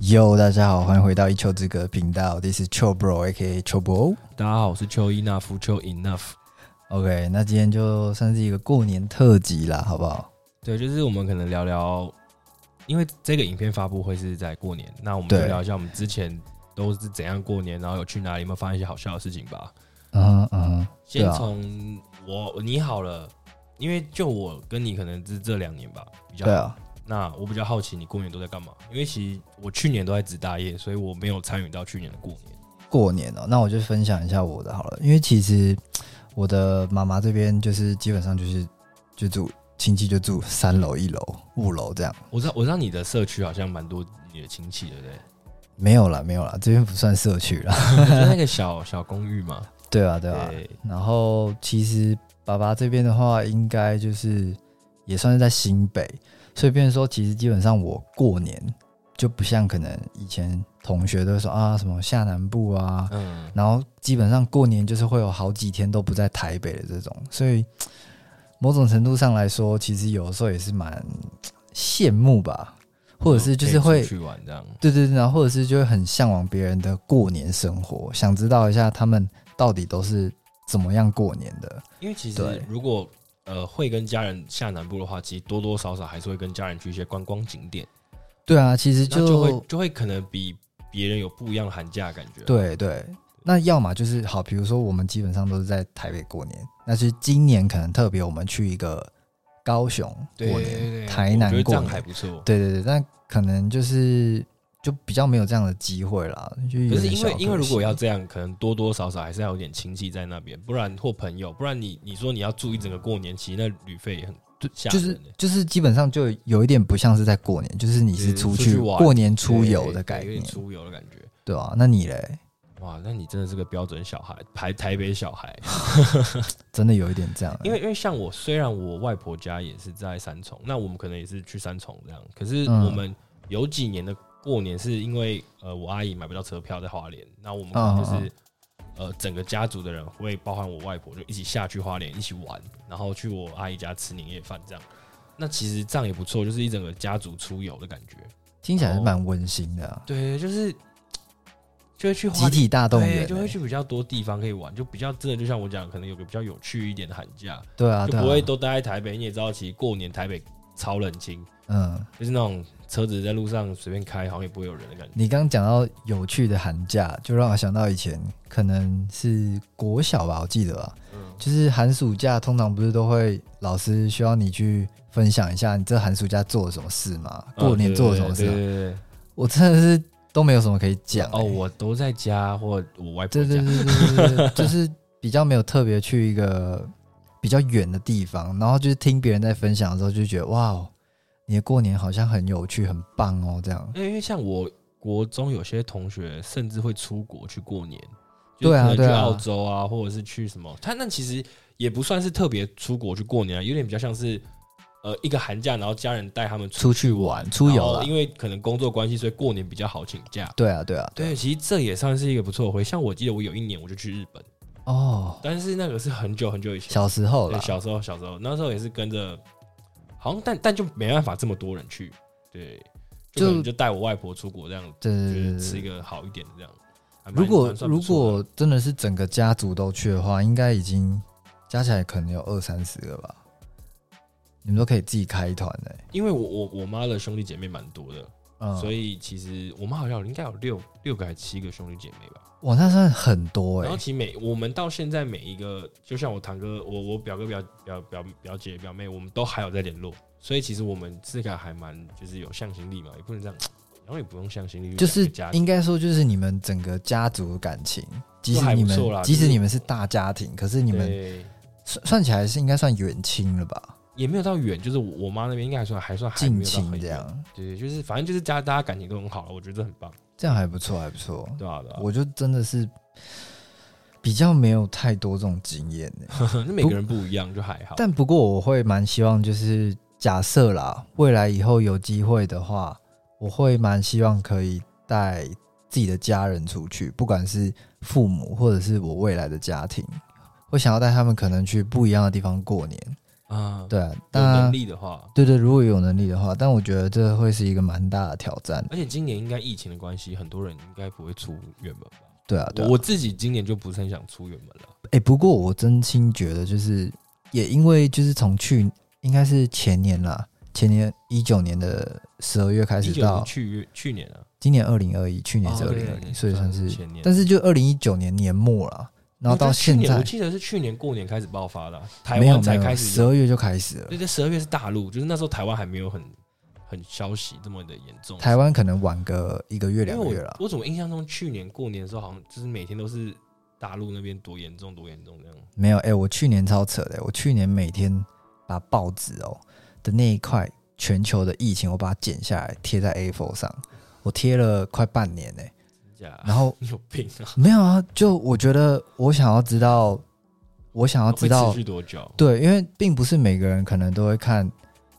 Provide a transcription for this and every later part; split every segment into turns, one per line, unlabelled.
Yo，大家好，欢迎回到一丘之隔频道，This is 丘 Bro A.K.A 丘 Bro。
大家好，我是邱 E 伊纳夫邱 Enough。
OK，那今天就算是一个过年特辑啦，好不好？
对，就是我们可能聊聊，因为这个影片发布会是在过年，那我们就
对
聊一下我们之前都是怎样过年，然后有去哪里，有没有发生一些好笑的事情吧。
嗯哼嗯哼，对
先
啊，
从我你好了，因为就我跟你可能是这两年吧比较
对
好。
啊，
那我比较好奇你过年都在干嘛？因为其实我去年都在职大业，所以我没有参与到去年的过年。
过年哦、那我就分享一下我的好了，因为其实我的妈妈这边就是基本上就是就住亲戚就住三楼一楼五楼这样，
我知道我知道你的社区好像蛮多你的亲戚，对 不对？
没有啦没有啦，这边不算社区啦。
就那个小小公寓嘛。
对啊对啊，
对
然后其实爸爸这边的话，应该就是也算是在新北，所以变成说，其实基本上我过年就不像可能以前同学都会说啊什么下南部啊，
嗯，
然后基本上过年就是会有好几天都不在台北的这种，所以某种程度上来说，其实有的时候也是蛮羡慕吧，或者是就是
嗯可以
会
出去玩这样。
对对对，然后或者是就会很向往别人的过年生活，想知道一下他们到底都是怎么样过年的。
因为其
对
实如果呃会跟家人下南部的话，其实多多少少还是会跟家人去一些观光景点，
对啊，其实
那就会就会可能比别人有不一样的寒假的感觉。，
对对，那要么就是好，比如说我们基本上都是在台北过年，那是今年可能特别我们去一个高雄过
对
年，
对对
台
我觉
南
得这
过
样还
年，
不错。
对对对，但可能就是就比较没有这样的机会啦，就有
可是
点
因
小
为因为
可
如果
惜
要这样，可能多多少少还是要有点亲戚在那边，不然或朋友，不然你你说你要住一整个过年，其实那旅费也很吓
就
人、
是
欸。
就是基本上就有一点不像是在过年，就是你是
是
出
出
去
去玩
过年出
对
游的
对
概
有
念
点，出游的感觉。
对啊，那你嘞，
哇，那你真的是个标准小孩，台台北小孩。
真的有一点这样欸，
因为因为像我，虽然我外婆家也是在三重，那我们可能也是去三重这样，可是
嗯
我们有几年的过年是因为呃我阿姨买不到车票在花莲，那我们可
嗯
能就
嗯
是、呃整个家族的人会包含我外婆就一起下去花莲一起玩，然后去我阿姨家吃年夜饭这样。那其实这样也不错，就是一整个家族出游的感觉。
听起来是
哦
蛮温馨的、啊，
对，就是就会去花
集
莲
体大动
对，
员
就
欸、
会去比较多地方可以玩，就比较真的就像我讲，可能有个比较有趣一点的寒假。
对啊，
就
对啊
不会都待在台北。你也知道，其实过年台北超冷清，
嗯。
就是那种车子在路上随便开，好像也不会有人的感觉。
你刚刚讲到有趣的寒假，就让我想到以前可能是国小吧，我记得啊，
嗯，
就是寒暑假通常不是都会老师需要你去分享一下你这寒暑假做了什么事嘛，过年做了什么事、
对
啊
对对对
我真的是都没有什么可以讲、欸、
哦，我都在家或我外婆
对对
家。
对对对，对，就是比较没有特别去一个比较远的地方，然后就是听别人在分享的时候，就觉得哇哦，你的过年好像很有趣，很棒哦，这样。
因为像我国中有些同学甚至会出国去过年，就
对啊
可能
对
去
啊
澳洲啊，或者是去什么。他那其实也不算是特别出国去过年啊，有点比较像是呃一个寒假，然后家人带他们
出去玩、出游
然后
了
因，为可能工作关系，所以过年比较好请假。
对啊，对啊，
对，其实这也算是一个不错的回忆。像我记得我有一年我就去日本，
哦，
但是那个是很久很久以前，
小时候
对
了，
小时候小时候那时候也是跟着，好像但但就没办法这么多人去，对，就
就
可能就带我外婆出国这样，
对对
就
对
是
对
吃
对
一个好一点的这样。还蛮
如果
蛮算不
如
错的
果真的是整个家族都去的话，应该已经加起来可能有二三十个吧。你们都可以自己开一团的、
因为我我我妈的兄弟姐妹蛮多的，
嗯，
所
以
以其实我妈好像有应该有六六个还七个兄弟姐妹吧。
哇，那算很多哎、
然后其实每我们到现在每一个，就像我堂哥、我我表哥、表表表表姐、表妹，我们都还有在联络，所以其实我们这个还蛮就是有向心力嘛，也不能这样，然后也不用向心力，
就是
家庭
应该说，就是你们整个家族感情，即
就
使
还
你
不错
们
啦
即使
就是
你们是大家庭，可是你们
对
算算起来是应该算远亲了吧，
也没有到远，就是我我妈那边应该还算还算还没
近
有到
亲
很
这
远，
样，
对，就是反正就是家大家感情都很好了，我觉得很棒，
这样还不错，还不错。
对吧、啊？对吧、
我就真的是比较没有太多这种经验呢、
那每个人不一样，就还好。
但不过我会蛮希望，就是假设啦，未来以后有机会的话，我会蛮希望可以带自己的家人出去，不管是父母或者是我未来的家庭，会想要带他们可能去不一样的地方过年。
啊，
对啊，
有能
但
力的话，
对对，如果有能力的话，但我觉得这会是一个蛮大的挑战。
而且今年应该疫情的关系，很多人应该不会出远门吧？
对啊，对啊
我我自己今年就不是很想出远门了。
哎、不过我真心觉得，就是也因为就是从去应该是前年啦，前年一九年的十二月开
一
始
九年
到
去去年啊，
今年二零二一，去年是
哦
二
对
零
对
二
对
一，所以算是，
前年。
但是就二零一九年年末了，然后到现
我觉得去年
在
我记得是去年过年开始爆发的啊、台
没有
湾才
没
开
有，
始
十二月就开始了
对，，这十二月是大陆，就是那时候台湾还没有很很消息这么的严重。
台湾可能晚个一个月
因为
两个
我
月了。
我怎么印象中去年过年的时候，好像就是每天都是大陆那边多严重多严重这样。
没有，哎、我去年超扯的、我去年每天把报纸哦的那一块全球的疫情，我把它剪下来贴在 A4 上，我贴了快半年呢、
真假？
然后
你有病啊！
没有啊，就我觉得我想要知道，我想要知
会
道
持，续多久？
对，因为并不是每个人可能都会看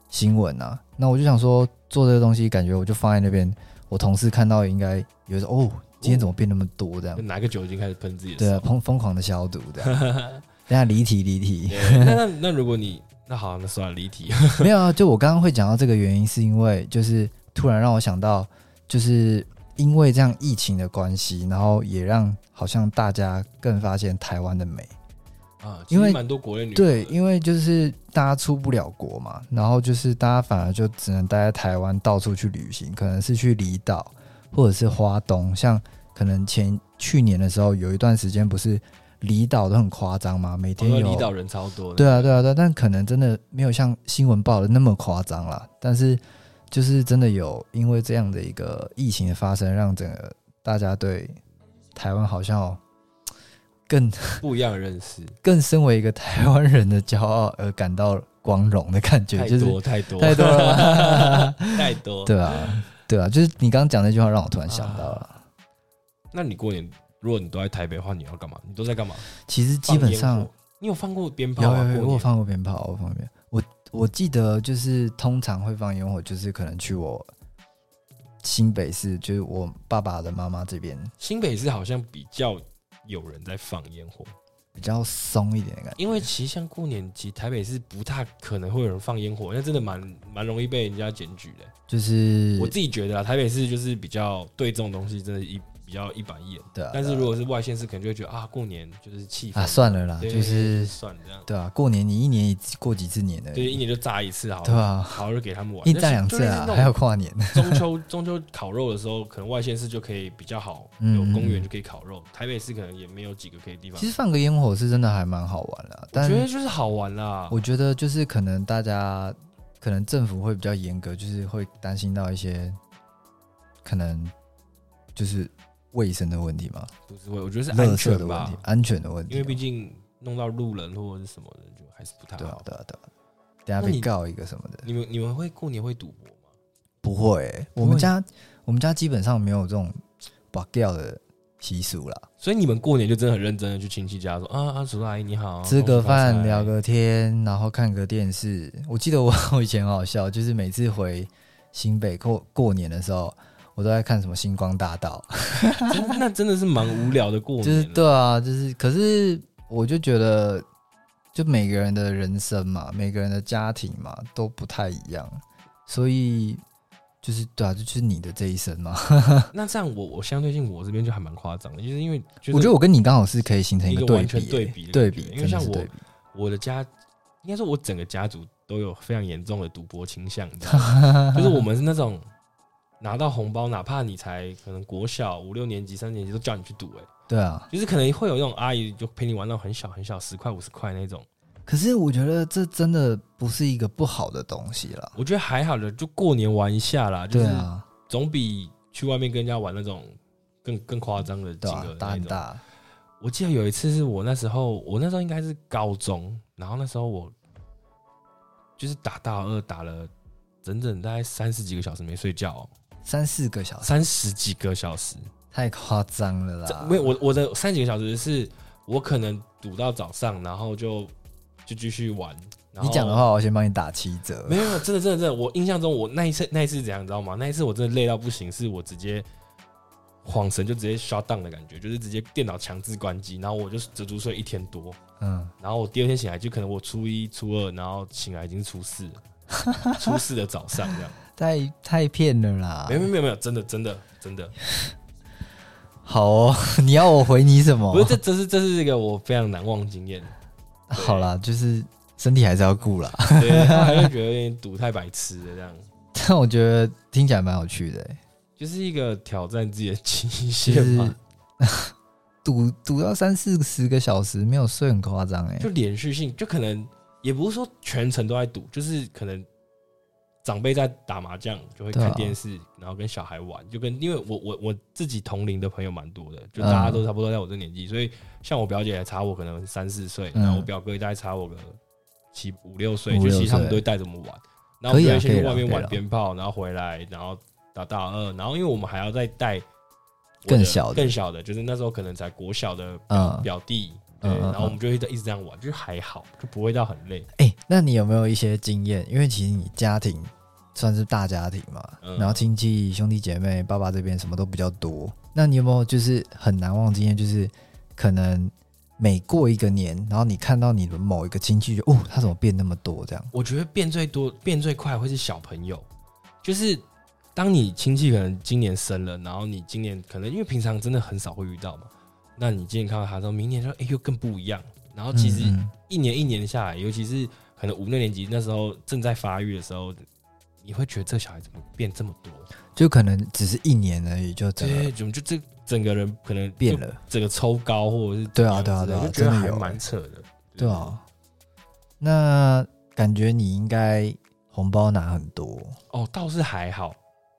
新闻啊。那我就想说，做这个东西，感觉我就放在那边，我同事看到应该有时候哦，今天怎么变那么多这样
就？拿个酒精开始喷自己的
啊对
手。
啊，疯疯狂的消毒这样。等一下离题离题。
对那那那如果你那好，那算了，离题。
没有啊，就我刚刚会讲到这个原因，是因为就是突然让我想到，就是因为这样疫情的关系，然后也让好像大家更发现台湾的美。
啊，
因为
其实蛮多国内女
对，
为
因为就是大家出不了国嘛，然后就是大家反而就只能待在台湾到处去旅行，可能是去离岛或者是花东，像可能前去年的时候有一段时间不是离岛都很夸张嘛，每天
我
有
哦离岛人超多的。
对啊，对啊，对啊，但可能真的没有像新闻报的那么夸张啦。但是就是真的有因为这样的一个疫情的发生，让整个大家对台湾好像有更
不一样的认识，
更身为一个台湾人的骄傲而感到光荣的感觉，
太
就是
多太多
太多了，
太多。
对啊，对啊，就是你刚刚讲那句话让我突然想到
啊
了。
那你过年如果你都在台北的话，你要干嘛？你都在干嘛？
其实基本
放
上
烟火你有放过鞭炮
有
啊？
有有，
过
我
年
放过鞭炮，我放过鞭炮。我我记得就是通常会放烟火，就是可能去我新北市，就是我爸爸的妈妈这边
新北市好像比较有人在放烟火，
比较松一点的感觉。
因为其实像过年，其实台北市不太可能会有人放烟火，那真的蛮蛮容易被人家检举的。
就是
我自己觉得啊，台北市就是比较对这种东西真的一比较一板一眼，
对啊，
但是
对啊
如果是外县市，可能就会觉得啊，过年就是气氛
啊算了啦，
对
就是
算了这样，
对啊，过年你一年一次过几次年呢？
对，一年就炸一次好了，
对啊，
好好就给他们玩，
一炸两次啊，还有跨年。
中秋中秋烤肉的时候，可能外县市就可以比较好，
嗯
有公园就可以烤肉。台北市可能也没有几个可以地方
其。实放个烟火是真的还蛮好玩的啊，
我
但
觉得就是好玩啦。
我觉得就是可能大家，可能政府会比较严格，就是会担心到一些可能就是卫生的问题嘛，
不是会，我觉得是
垃
安
圾的
全
问
吧
题，，安全的问题啊
因
嘛。
为毕竟弄到路人或者是什么的，就还是不太
对啊
好。
对啊对啊，等下
那
被
你
告一个什么的，
你们你们会过年会赌博吗？
不会欸、我们家我们家基本上没有这种把掉的习俗啦，
所以你们过年就真的很认真的去亲戚家说啊啊，叔叔阿姨你好，
吃个
恭喜发
饭
财
聊个天，然后看个电视。我记得我 我以前很好笑，就是每次回新北过过年的时候，我都在看什么《星光大道》。
真的那真的是蛮无聊的过年。
就是，对啊，就是可是我就觉得，就每个人的人生嘛，每个人的家庭嘛都不太一样，所以就是对啊，就是你的这一生嘛。
那这样我我相对性我这边就还蛮夸张的，就是因为就是
我觉得我跟你刚好是可以形成
一
个
个
对
完
比、
全
欸，
对比的
对
感
比
觉，因为
真的
像
是
我
对比。
我的家应该说，我整个家族都有非常严重的赌博倾向，你知道 吗就是我们是那种拿到红包，哪怕你才可能国小五六年级、三年级，都叫你去赌，哎，
对啊，
就是可能会有那种阿姨就陪你玩到很小很小，十块五十块那种。
可是我觉得这真的不是一个不好的东西啦。
我觉得还好的，就过年玩一下啦，就
对
是
啊，
总比去外面跟人家玩那种更更夸张的
对
金
啊
额，
打
那
很
种。
大，
我记得有一次是我那时候，我那时候应该是高中，然后那时候我就是打大二打了整整大概三十几个小时没睡觉哦、
三四个小时
三十几个小时，
太夸张了
这
啦。
没有我我的三十几个小时是我可能赌到早上，然后就就继续玩。然
你
后
讲的话，我先帮你打七折。
没有，没有真的真的真的，我印象中我那一次那一次是怎样，你知道吗？那一次我真的累到不行，是我直接晃神就直接 shut down 的感觉，就是直接电脑强制关机，然后我就足足睡一天多，
嗯，
然后我第二天醒来就可能我初一、初二，然后醒来已经是初四了，初四的早上这样，
太太骗了啦
没。有没有没有，真的真的真的，
好哦， 你要我回你什么？
不是这这是这是一个我非常难忘经验，
好啦，就是身体还是要顾啦。
对，然后还是觉得有点赌太白痴了这样。
但我觉得听起来蛮有趣的欸、
就是一个挑战自己的极
其
限
实
嘛，
赌赌到三四十个小时没有睡很夸张哎
就，连续性，就可能也不是说全程都在赌，就是可能长辈在打麻将，就会
对啊
看电视，然后跟小孩玩，就跟因为我我我自己同龄的朋友蛮多
嗯
的，就大家都差不多在我这年纪，所以像我表姐还差我可能三四岁，
嗯
然后我表哥也大概差我个七五六岁，
五
就
六
其实他们
岁
都会带着我们玩，然后我们
可
就
以啊
会先
可以
去
啦
外面
可以
玩
啦
鞭炮，然后回来，然后打大二，然后因为我们还要再带。
更小的
更小的，就是那时候可能才国小的
嗯，
表弟，对，
嗯嗯嗯
然后我们就会一直这样玩，就还好，就不会到很累。
哎、那你有没有一些经验？因为其实你家庭算是大家庭嘛，
嗯
然后亲戚、兄弟姐妹、爸爸这边什么都比较多。那你有没有就是很难忘的经验？就是可能每过一个年，然后你看到你的某一个亲戚就，哦，他怎么变那么多这样？
我觉得变最多、变最快会是小朋友，就是当你亲戚可能今年生了，然后你今年可能因为平常真的很少会遇到嘛，那你今年看到他之后，明年就哎、又更不一样。然后其实
嗯
一年一年下来，尤其是可能五六年级那时候正在发育的时候，你会觉得这小孩怎么变这么多？
嗯就可能只是一年而已，就整
对，
个
怎么就这整个人可能就
变了，
整个抽高或者是
对啊
怎么样
对啊对啊
之类就觉得
真的
还
有
蛮扯的。
对啊。那感觉你应该红包拿很多，
哦，倒是还好，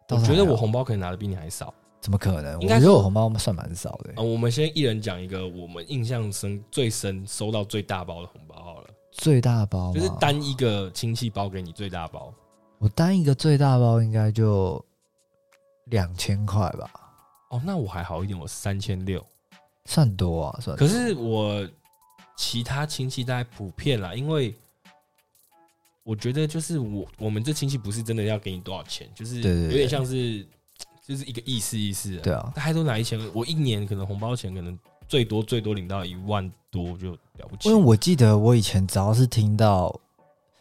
倒
我
是
觉得
还好
我红包可能拿的比你还少。
怎么可能？我
应该
觉
是
得我红包算蛮少的、欸
啊，我们先一人讲一个我们印象深最深收到最大包的红包好了，
最大包嘛
就是单一个亲戚包给你最大包，
我单一个最大包应该就两千块吧，
哦，那我还好一点，我三千六。
算多啊，算多
可是我其他亲戚大概普遍啦，因为我觉得就是我我们这亲戚不是真的要给你多少钱，就是
对对对
有点像是就是一个意思意思，
对啊，
大概都拿一千二，我一年可能红包钱可能最多最多领到一万多就了不起
因为。我记得我以前只要是听到。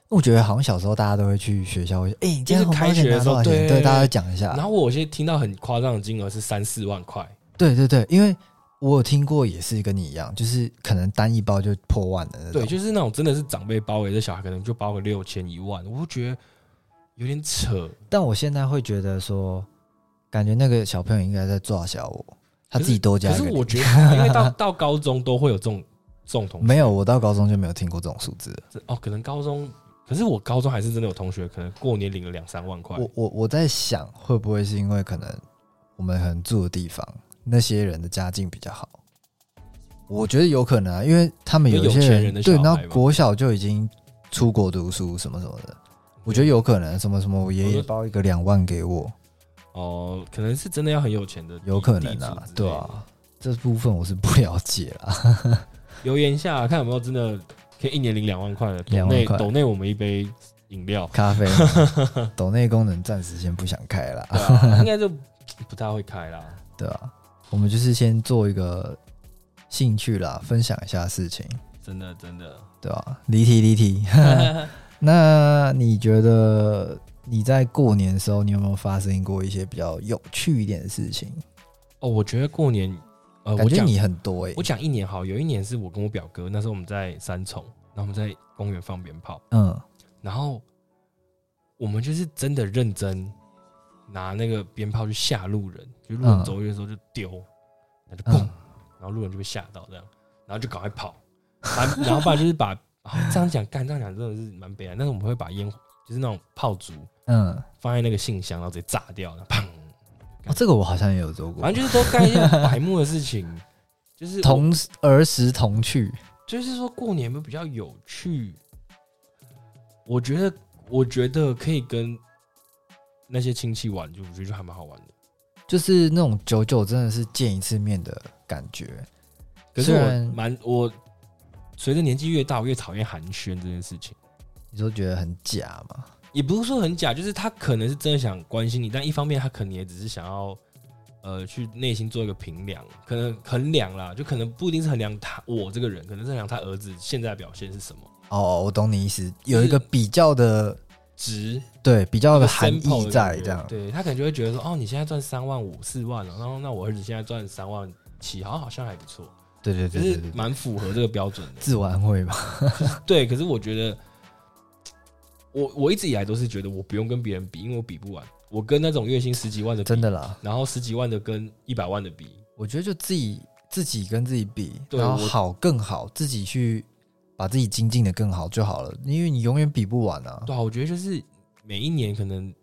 我觉得好像小时候大家都会去学校会，哎、你今天红包钱拿多少
就是开学的时候对
钱？
对对
对，大家会讲一下
然。后我有些听到很夸张的金额是三四万块，
对对对，因为我有听过，也是跟你一样，就是可能单一包就破万的那种。
对，就是那种真的是长辈包围这小孩，可能就包个六千一万，我会觉得有点扯。
但我现在会觉得说，感觉那个小朋友应该在抓小我，他自己多加
可
一
是
个
可是
零。
我觉得，因为到 到高中都会有这种这种同学，
没有，我到高中就没有听过这种数字了。
哦，可能高中，可是我高中还是真的有同学，可能过年领了两三万块。
我我我在想，会不会是因为可能我们可能住的地方那些人的家境比较好？我觉得有可能啊，因为他们有一
有
些
钱人的小
对，
孩
然后
嘛
国小就已经出国读书什么什么的，我觉得有可能什么什么，我爷
我
爷
说
包一个两万给我，
哦，可能是真的要很有钱的地，
有可能
地主
啊
之，类
对
的。
啊，这部分我是不了解啦。
留言下看有没有真的可以一年领两万块的，
两万
抖内
块
抖内我们一杯饮料。
咖啡嘛 抖内功能暂时先不想开啦，
对 啊，应该就不太会开啦。
对吧、我们就是先做一个兴趣啦，分享一下事情，
真的真的，
对吧、离题离题。 那你觉得你在过年的时候，你有没有发生过一些比较有趣一点的事情？
哦，我觉得过年，呃，我
感觉
讲
你很多哎、
我讲一年好，有一年是我跟我表哥，那时候我们在三重，然后我们在公园放鞭炮，
嗯，
然后我们就是真的认真拿那个鞭炮去吓路人，就路人
嗯
走远的时候就丢，然后就砰，
嗯
然后路人就被吓到这样，然后就赶快跑，然后 然后不然就是把、啊这样讲干这样讲真的是蛮悲哀，但是我们会把烟火就是那种炮竹
嗯，
放在那个信箱，然后直接炸掉，然后砰。
哦，这个我好像也有做过
反，正就是都干一些白目的事情，就是我
同儿时同趣，
就是说过年有没有比较有趣？我觉得，我觉得可以跟那些亲戚玩，就我觉得就还蛮好玩的。
就是那种久久真的是见一次面的感觉。
可是
虽
我
然
蛮我随着年纪越大，我越讨厌寒暄这件事情。
你都觉得很假嘛？
也不是说很假，就是他可能是真的想关心你，但一方面他可能也只是想要呃去内心做一个评量，可能衡量啦，就可能不一定是衡量他我这个人，可能是衡量他儿子现在的表现是什么
哦，我懂你意思，有一个比较的，
值，
对比较的
那嗯个
含
sample 的
义
感
在
觉
这样。
对他可能就会觉得说，哦，你现在赚三万五、四万了，然后那我儿子现在赚三万七，好像好像还不错，
对对
就
对对
是
对，对
蛮符合这个标准的。
自我安慰吧。
对，可是我觉得，我我一直以来都是觉得我不用跟别人比，因为我比不完。我跟那种月薪十几万的比
真，的啦，
然后十几万的跟一百万的比，
我觉得就自己自己跟自己比，
对
然后
我
好更好，自己去把自己精进的更好就好了，因为你永远比不完啊。
对啊，我觉得就是每一年可能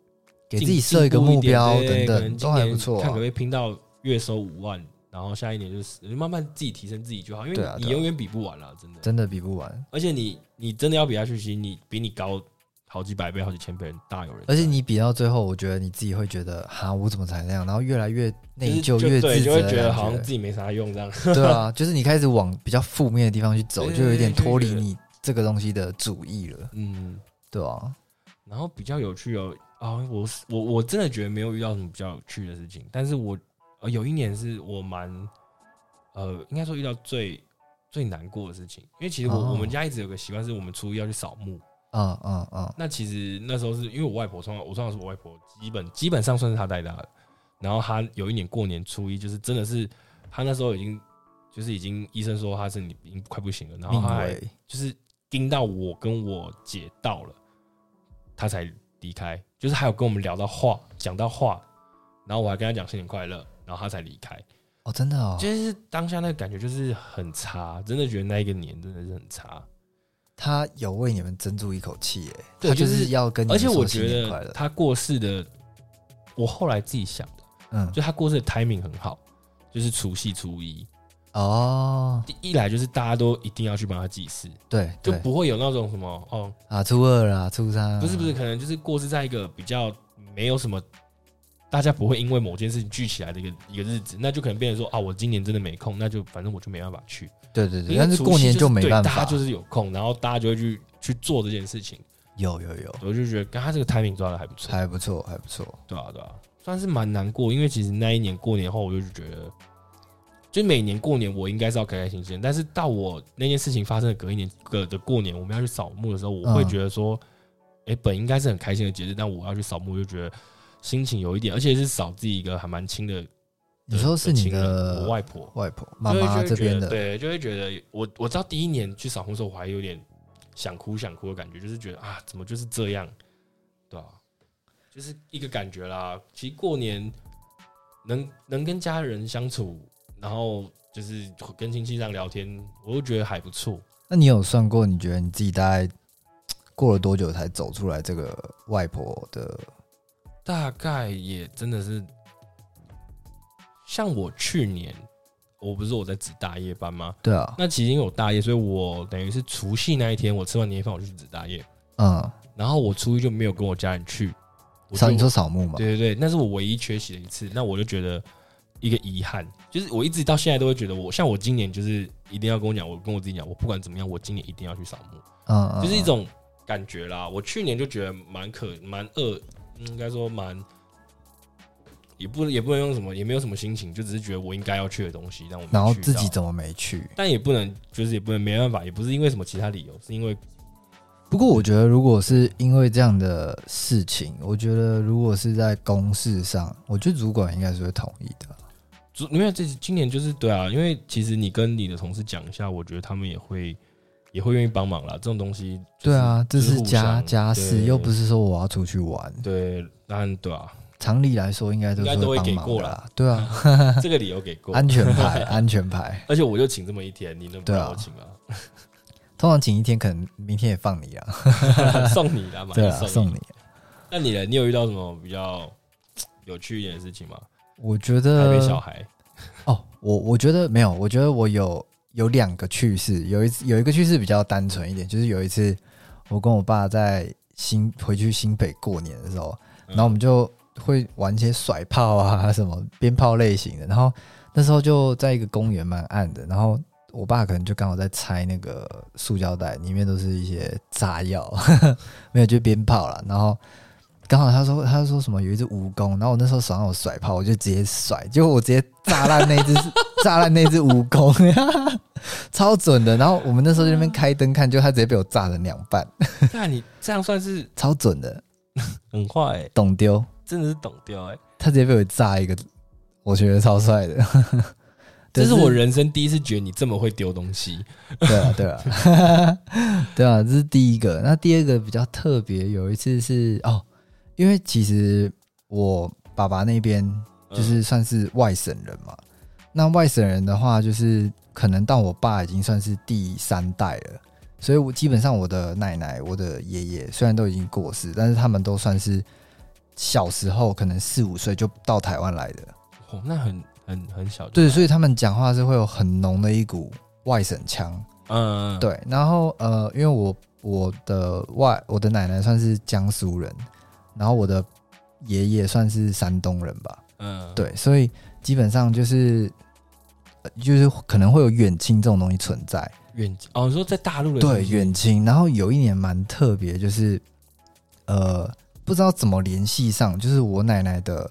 给自
进
己设一个
进步
目
点
标
对
等
可能
等，
今
都还
年
不错、
看
啊
可不可。以拼到月收五万，然后下一年就是慢慢自己提升自己就好，因为
对啊
你
对啊
永远比不完了，真的。
真的比不完，
而且你你真的要比下去，其实你比你高好几百倍、好几千倍，大有人在。
而且你比到最后，我觉得你自己会觉得哈，我怎么才那样？然后越来越内
就是
疚，越
对
自
就
责
会
的
觉得
感
好像
觉
自己 没啥用这样。
对啊，就是你开始往比较负面的地方去走，
对
就有点脱离
就会觉得
你这个东西的主意了，
嗯，
对啊，
然后比较有趣哦，啊，我是我我真的觉得没有遇到什么比较有趣的事情，但是我呃有一年是我蛮呃应该说遇到最最难过的事情，因为其实我、
哦
我们家一直有个习惯，是我们初一要去扫墓。
嗯嗯嗯，
那其实那时候是因为我外婆从小，我从小是我外婆，基本基本上算是她带大的。然后她有一年过年初一，就是真的是她那时候已经就是已经医生说她是你已经快不行了，然后她
命
还
为
就是盯到我跟我姐到了，她才离开，就是还有跟我们聊到话，讲到话，然后我还跟她讲新年快乐，然后她才离开。
哦，真的哦，
就是当下那个感觉就是很差，真的觉得那一个年真的是很差。
他有为你们争住一口气耶，
对
他就
就是
是要跟你们
而且我
说嗯新
觉
年快乐
得，她过世的，我后来自己想的，
嗯，
就她过世的 timing 很好，就是除夕初一，
哦，
第一来就是大家都一定要去帮她祭祀，
对
就
对
不会有那种什么哦，
啊，初二啦，初三啊，
不是不是，可能就是过世在一个比较没有什么，大家不会因为某件事情聚起来的一个一个日子，那就可能变成说啊，我今年真的没空，那就反正我就没办法去。
对对对，
因为
但是
除
过
夕
年
就
没
对
办
大
法，
家就是有空，然后大家就会去去做这件事情，
有有有，
我就觉得刚他这个 timing 抓的还不错。
还不错还不错，
对啊，对啊，算是蛮难过，因为其实那一年过年后，我就觉得，就每年过年我应该是要开开心心，但是到我那件事情发生的隔一年隔的过年，我们要去扫墓的时候，我会
嗯
觉得说，哎、本应该是很开心的节日，但我要去扫墓，就觉得心情有一点，而且是扫自己一个还蛮亲的，
你说是你
亲人
的
我外婆
外婆妈妈
就会
这边
就会觉得
的，
对，就会觉得我我知道第一年去扫墓的时候，我还有点想哭想哭的感觉，就是觉得啊，怎么就是这样，对啊，就是一个感觉啦。其实过年能能跟家人相处，然后就是跟亲戚这样聊天，我就觉得还不错。
那你有算过，你觉得你自己大概过了多久才走出来这个外婆的？
大概也真的是，像我去年，我不是我在值大夜班吗？
对啊，
那其实因为我大夜，所以我等于是除夕那一天，我吃完年夜饭我就去值大夜。
嗯，
然后我初一就没有跟我家人去，我
扫
就
你说扫墓嘛，
对对对，那是我唯一缺席的一次，那我就觉得一个遗憾，就是我一直到现在都会觉得我，像我今年就是一定要跟我讲，我跟我自己讲，我不管怎么样，我今年一定要去扫墓，
嗯，嗯，
就是一种感觉啦。我去年就觉得蛮可蛮恶，应该说蛮。嗯也不也不能用什么，也没有什么心情，就只是觉得我应该要去的东西，让我
嗯，
没
然后
去
自己
到，
怎么没去？
但也不能，就是也不能没办法，也不是因为什么其他理由，是因为
不过我觉得，如果是因为这样的事情，我觉得如果是在公事上，我觉得主管应该是会同意的。
主因为这今年就是对啊，因为其实你跟你的同事讲一下，我觉得他们也会也会愿意帮忙啦。这种东西、就是
对，啊，这
就是
是
互
家
相
家事，
对
又不是说我要出去玩。
对，当然 对啊，
常理来说，应该都
应
是
该都会
帮
给
忙
过
的
啦
啦。对 啊，
这个理由给过，
安全牌，安全牌。
而且我就请这么一天，你能不
对啊
让我请啊？
通常请一天，可能明天也放你 啊。
送你啦，马
对
上
啊，
送
送你。
那你呢？你有遇到什么比较有趣一点的事情吗？
我觉
台
得
北小孩，
哦，我我觉得没有，我觉得我有有两个趣事，有一次有一个趣事比较单纯一点，就是有一次我跟我爸在新回去新北过年的时候，然后我们就会玩一些甩炮啊 什么鞭炮类型的，然后那时候就在一个公园蛮暗的，然后。我爸可能就刚好在拆那个 塑胶袋，里面都是一些炸药，没有就鞭炮啦。然后刚好他说他说什么有一只蜈蚣，然后我那时候手上有甩炮，我就直接甩，结果我直接炸烂那只 炸烂那只蜈蚣，超准的。然后我们那时候在那边开灯看，就他直接被我炸成两半，
那你这样算是
超准的，
很坏、欸，
懂丢。
真的是懂掉哎、
他直接被我炸一个，我觉得超帅的。
这
但
是我人生第一次觉得你这么会丢东西。
对啊， 对啊，对啊，这是第一个。那第二个比较特别，有一次是哦，因为其实我爸爸那边
嗯
就是算是外省人嘛。那外省人的话，就是可能到我爸已经算是第三代了，所以我基本上我的奶奶、我的爷爷虽然都已经过世，但是他们都算是小时候可能四五岁就到台湾来的。
哦，那很很很小就
对，
来
所以他们讲话是会有很浓的一股外省腔。
嗯，嗯，
对，然后呃，因为我我的外我的奶奶算是江苏人，然后我的爷爷算是山东人吧，
嗯，
对，所以基本上就是呃就是可能会有远亲这种东西存在，
远哦，你说在大陆的
对
东西
远亲。然后有一年蛮特别，就是呃不知道怎么联系上，就是我奶奶的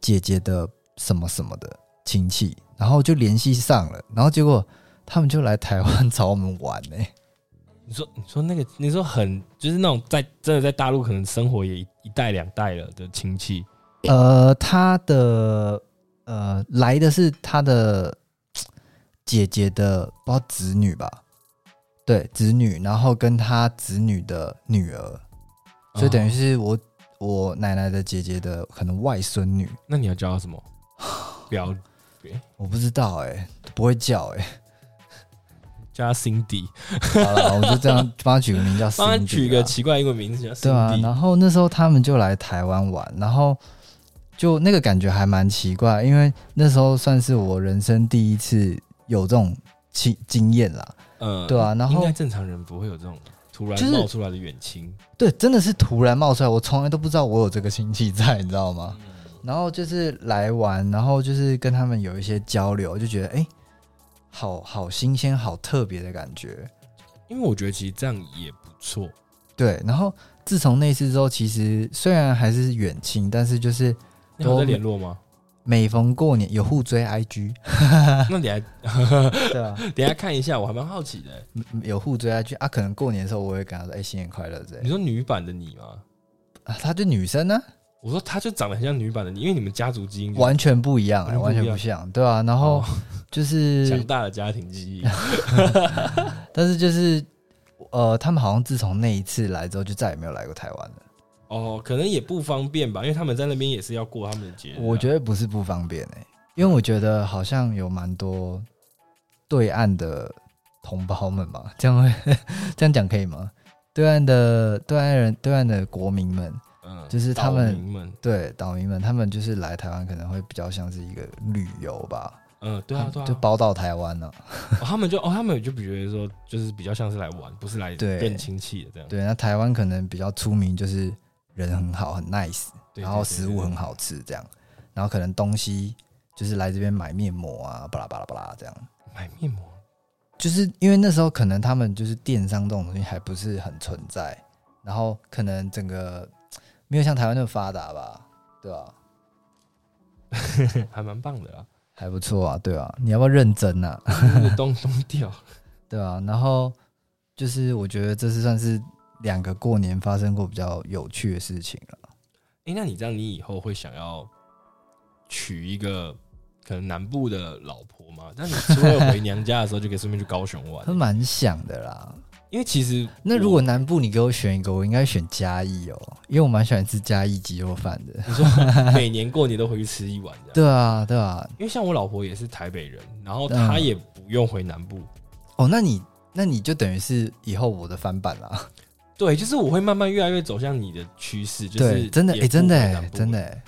姐姐的什么什么的亲戚，然后就联系上了，然后结果他们就来台湾 找我们玩呢、
你说你说那个你说很就是那种在真的在大陆可能生活也一一代两代了的亲戚，
呃，他的呃来的是他的呃姐姐的，不知道子女吧？对，子女，然后跟他子女的女儿，所以等于
哦
是我、我奶奶的姐姐的可能外孙女，
那你要叫他 什么表
我不知道哎、不会叫哎、
叫他 Cindy，
好了，我就这样帮他取个名叫 Cindy
帮
啦，
他取一个奇怪英文名字叫
对啊，
Cindy，
然后那时候他们就来台湾玩，然后就那个感觉还蛮奇怪，因为那时候算是我人生第一次有这种经经验啦。
嗯
对啊然后
应该正常人不会有这种突
就
然
是
冒出来的远亲，
对，真的是突然冒出来，我从来都不知道我有这个亲戚在，你知道吗？然后就是来玩，然后就是跟他们有一些交流，就觉得哎、诶好好新鲜，好特别的感觉。
因为我觉得其实这样也不错，
对，然后自从那次之后，其实虽然还是远亲，但是就是
你还有
我
在联络吗？
每逢过年有互追 IG，
那你还
对啊，
等一下看一下，我还蛮好奇的。
嗯有互追下去啊，可能过年的时候我会跟他说，哎、新年快乐之类
你
的。
说女版的你吗？
啊，她就女生呢、
我说她就长得很像女版的你，因为你们家族基因就是
完全不一样、哎
完
完
全
全
不一样
不像，对啊。然后
哦
就是，
强大的家庭记 忆。
但是就是，呃，他们好像自从那一次来之后，就再也没有来过台湾了。
哦，可能也不方便吧，因为他们在那边也是要过他们的节日啊、
我觉得不是不方便哎、因为我觉得好像有蛮多对岸的同胞们吧， 这样会这样讲可以吗？对岸的对岸人，对岸的国民们，
嗯
就是他们
岛民们，
对岛民们，他们就是来台湾可能会比较像是一个旅游吧，
嗯，对啊，对啊，
就包到台湾了、
哦他们就哦，他们就比如说，就是比较像是来玩，不是来
对
认亲戚的这样。
对，那台湾可能比较出名就是人很好，很 nice，
对
然后食物很，好吃这样，然后可能东西就是来这边买面膜啊，巴拉巴拉巴拉这样。
对对对买面膜，
就是因为那时候可能他们就是电商这种东西还不是很存在，然后可能整个没有像台湾那么发达吧，对啊吧、
还蛮棒的啦，
还不错啊，对啊，你要不要认真啊？
就是 东东调。
对啊，然后就是我觉得这是算是两个过年发生过比较有趣的事情了。
哎、那你这样，你以后会想要娶一个可能南部的老婆吗？那你除了回娘家的时候，就可以顺便去高雄 玩
他，蛮想的啦。
因为其实
那
我
如果南部你给我选一个，我应该选嘉义哦，因为我蛮喜欢吃嘉义鸡肉饭的。
你说每年过年都回去吃一碗这样，
对啊，对啊。
因为像我老婆也是台北人，然后她
嗯
也不用回南部。
哦，那你那你就等于是以后我的翻版啦。
对，就是我会慢慢越来越走向你的趋势，就是
对，真的，
也
哎、
不
真的、
回南
哎，
部
真的、哎，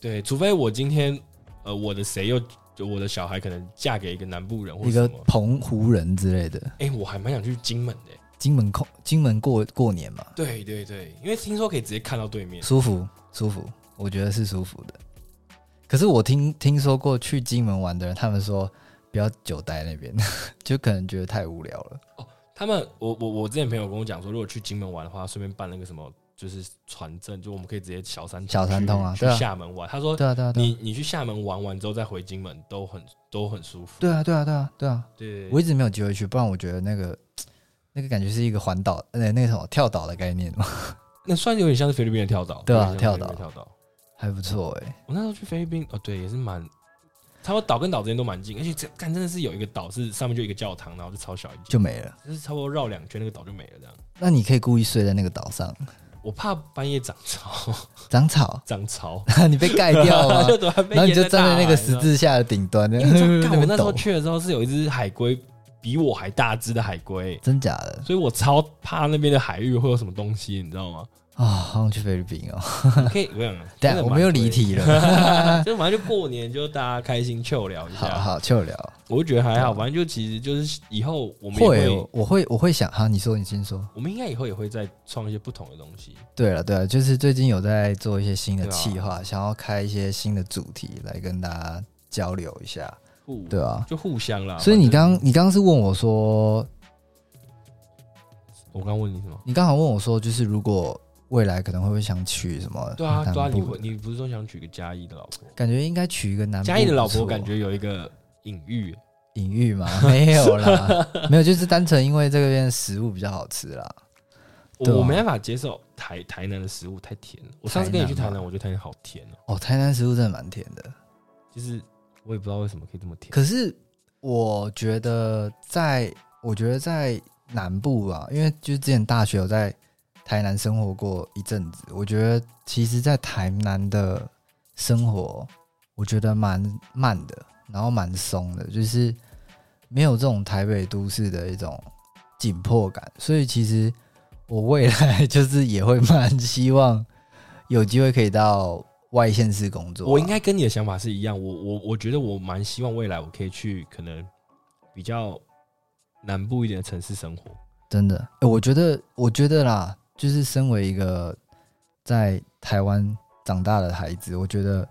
对，除非我今天呃，我的谁又就我的小孩可能嫁给一个南部人或
一
什
个
么，
澎湖人之类的，
哎、我还蛮想去金门的、
金门空，金门过过年嘛，
对对对，因为听说可以直接看到对 面。
舒服，舒服，我觉得是舒服的。可是我听听说过去金门玩的人，他们说不要久待那边， 就可能觉得太无聊了。
他们，我我我之前朋友跟我讲说，如果去金门玩的话，顺便办那个什么，就是船证，就我们可以直接小三
小三通啊
去
对啊
去厦门玩。他说
对啊，对啊，对啊
你你去厦门玩完之后再回金门都很都很舒服。
对啊，对啊，对啊，对啊，
对，
我一直没有机会去，不然我觉得那个那个感觉是一个环岛，呃，那个什么跳岛的概念嘛，
那算有点像是菲律宾的跳岛，
对啊
有点
跳
像
岛
菲律宾的跳岛。
还不错哎、
我那时候去菲律宾，哦，对，也是蛮，他们岛跟岛之间都蛮近，而且这干真的是有一个岛是上面就一个教堂，然后就超小一间，
就没了。
就是差不多绕两圈那个岛就没了这样。
那你可以故意睡在那个岛上，
我怕半夜涨潮，
长草，
涨潮，
你被盖掉了、
就躲在被
然后你就
淹在
站
大
在那
海
个十。字架的顶端， 那
你知 道吗因为你知道干我那
边
时候
抖，
去的时候是有一只海龟比我还大只的海龟，
真假的
所以我超怕那边的海域会有什么东西，你知道 吗？
啊、好想去菲律宾哦。
你可以不用，
但
真的
啊我
蛮
们又
贵
离
的，
题了，
就反正就过年就大家开心秋聊一
好
下，
好就聊。
我就觉得还好，反正就其实就是以后我们也
会
啊会，
哦，我会我会想，好，你说你先说。
我们应该以后也会再创一些不同的东西。
对了对了，就是最近有在做一些新的
对啊
企划，想要开一些新的主题来跟大家交流一下，
互
对啊。
就互相啦。
所以你
反正
刚你刚刚是问我说，
我刚问你什么？
你刚好问我说，就是如果未来可能会不会想娶什么
对 啊，
南
对啊，
部
你
的
会你不是说想娶个嘉义的老婆？
感觉应该娶一个南部
嘉义的老
不错
婆感觉有一个隐喻，
隐喻吗？ 没有 啦，没有，就是单纯因为这边的食物比较好吃啦。对啊
我我没办法接受台台南的食物太甜了。我上次跟你去
台南
台
吗
南，我觉得台南好甜哦，
哦，台南食物真的蛮甜的，
就是我也不知道为什么可以这么甜。
可是我觉得在，我觉得在南部啊，因为就是之前大学有在台南生活过一阵子，我觉得其实，在台南的生活，我觉得蛮慢的，然后蛮松的，就是没有这种台北都市的一种紧迫感，所以其实我未来 就是也会蛮希望有机会可以到外县市工作啊、
我应该跟你的想法是一样，我我我觉得我蛮希望未来我可以去可能比较南部一点的城市生活。
真的、欸我觉得，我觉得啦，就是身为一个在台湾长大的孩子，我觉得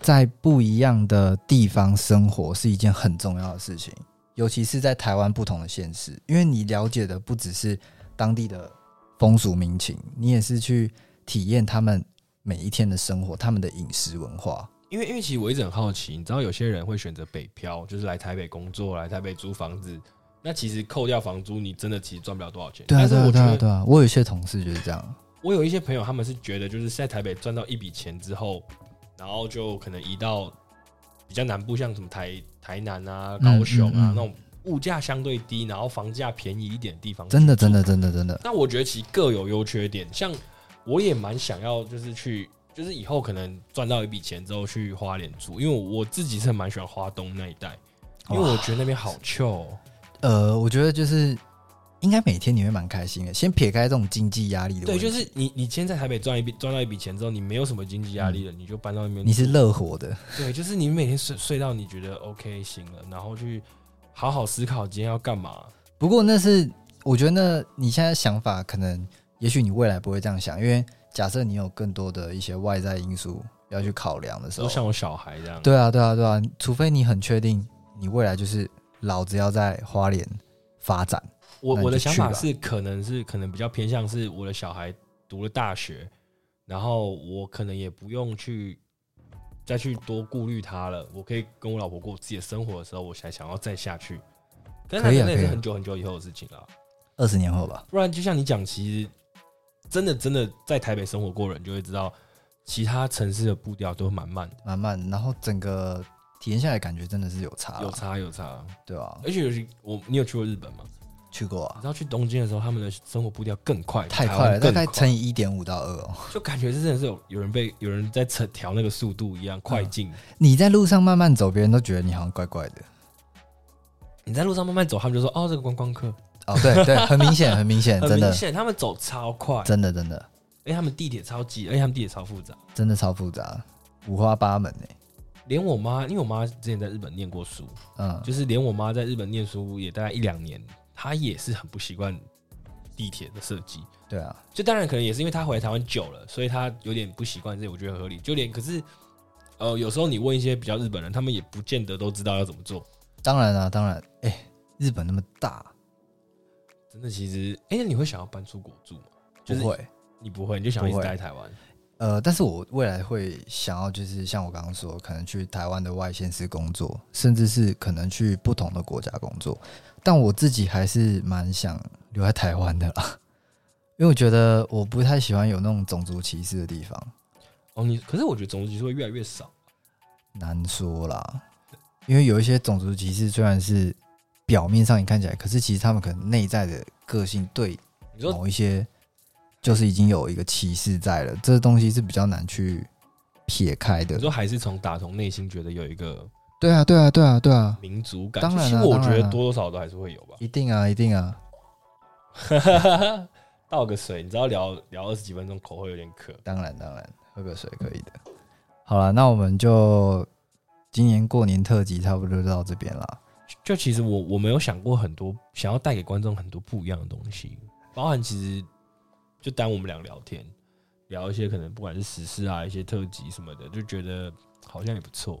在不一样的地方生活是一件很重要的事情，尤其是在台湾不同的县市，因为你了解的不只是当地的风俗民情，你也是去体验他们每一天的生活，他们的饮食文化。
因为因为其实我一直很好奇，你知道有些人会选择北漂，就是来台北工作，来台北租房子。那其实扣掉房租，你真的其实赚不了多少钱。
对啊，
但是
对啊，对
我觉
啊，
得
对啊，我有一些同事就是这样。
我有一些朋友，他们是觉得就是在台北赚到一笔钱之后，然后就可能移到比较南部，像什么台台南啊、
嗯
高雄啊、
嗯嗯
那种物价相对低，然后房价便宜一点的地方。
真的，真的，真的，真的，
那我觉得其实各有优缺点，像我也蛮想要，就是去，就是以后可能赚到一笔钱之后去花莲住，因为我自己是蛮喜欢花东那一带，因为我觉得那边好臭、哦
呃，我觉得就是应该每天你会蛮开心的。先撇开这种经济压力的问
对，
题，
就是你你今天在台北赚一笔赚到一笔钱之后，你没有什么经济压力了，你就搬到那边住，
你是乐活的，
对，就是你每天睡睡到你觉得 OK 行了，然后去好好思考今天要干嘛。
不过那是我觉得那你现在想法可能，也许你未来不会这样想，因为假设你有更多的一些外在因素要去考量的时
都
候，
像我小孩这样，
对啊，对啊，对啊，除非你很确定你未来就是老子要在花莲发展，
我
那你
我的
就
想
去
法
吧
是，可能是可能比较偏向是我的小孩读了大学，然后我可能也不用去再去多顾虑他了，我可以跟我老婆过我自己的生活的时候，我才想要再下去。但是
可以啊
那也
可以啊
是很久很久以后的事情了，
二十年后吧。
不然就像你讲，其实真的真的在台北生活过的人就会知道，其他城市的步调都蛮慢的，
慢慢，然后整个体验下来，感觉真的是有差啦，
有差有差。
对啊？
而且有些我你有去过日本吗？
去过
你
啊，
知道去东京的时候，他们的生活步调更快，
太
台湾
快了，大
更
概
快
乘以一点五到二哦。
就感觉真的是有有人被有人在调调那个速度一样快
嗯
进。
你在路上慢慢走，别人都觉得你好像怪怪的。
你在路上慢慢走，他们就说：“哦，这个观光客
哦，对对，很明显，很明显，嗯
很
真
明
的，
显，他们走超快，
真的，真的，
哎，他们地铁超挤，而且他们地铁超复杂。
真的超复杂，五花八门哎、
连我妈，因为我妈之前在日本念过书，
嗯，
就是连我妈在日本念书也大概一两年，她也是很不习惯地铁的设计。
对啊，
就当然可能也是因为她回来台湾久了，所以她有点不习惯，这我觉得很合理。就连可是，呃，有时候你问一些比较日本人，他们也不见得都知道要怎么做。
当然啊，当然，哎、日本那么大，
真的，其实，哎、那你会想要搬出国住吗？就是
不会，
你不会，你就想一直
不会
待在台湾。
呃，但是我未来会想要，就是像我刚刚说，可能去台湾的外县市工作，甚至是可能去不同的国家工作。但我自己还是蛮想留在台湾的啦，因为我觉得我不太喜欢有那种种族歧视的地方，
哦，你可是我觉得种族歧视会越来越少。
难说啦。因为有一些种族歧视虽然是表面上你看起来，可是其实他们可能内在的个性对
你说
某一些就是已经有一个歧视在了，这东西是比较难去撇开的
你。说还是从打从内心觉得有一个
对啊，对啊，对啊，对啊，
民族感，
当然啊
其实我
当
觉
然啊
得多多少少都还是会有吧。
一定啊，一定啊，
倒个水，你知道聊聊二十几分钟，口会有点渴。
当然当然，喝个水可以的。好了，那我们就今年过年特辑差不多就到这边啦。
就其实我我没有想过很多，想要带给观众很多不一样的东西，包含其实就当我们俩聊天，聊一些可能不管是时事啊，一些特辑什么的，就觉得好像也不错。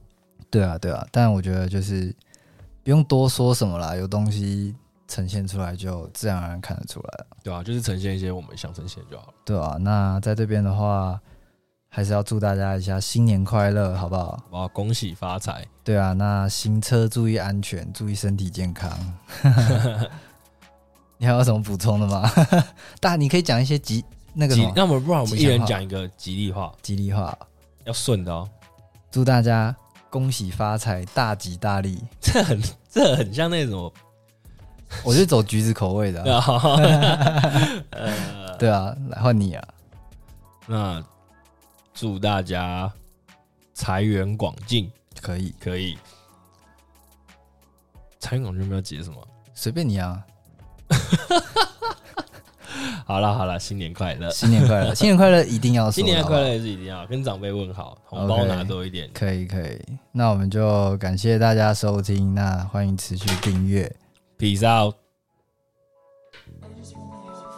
对啊，对啊，但我觉得就是不用多说什么啦，有东西呈现出来就自然而然看得出来了。
对啊，就是呈现一些我们想呈现就好了。
对啊，那在这边的话，还是要祝大家一下新年快乐，好不好？
哇，恭喜发财！
对啊，那行车注意安全，注意身体健康。你还有什么补充的吗？ 大，你可以讲一些吉那个什
吉
么，
那么不然我们一
吉祥
人
话
讲一个吉利话，
吉利话，
要顺的哦。
祝大家恭喜发财，大吉大利。
这很这很像那种
我是走橘子口味的啊、
呃，
对啊，来换你啊，
那祝大家财源广进，
可以，
可以。财源广进有没有解什么？
随便你啊。
好啦好啦，新年快乐！
新年快乐，新年快乐，一定要说，
新年快
好
乐也是一定要跟长辈问好，红包
OK
拿多一点
不好。可以可以，那我们就感谢大家收听，那欢迎持续订阅。
Peace out。
Peace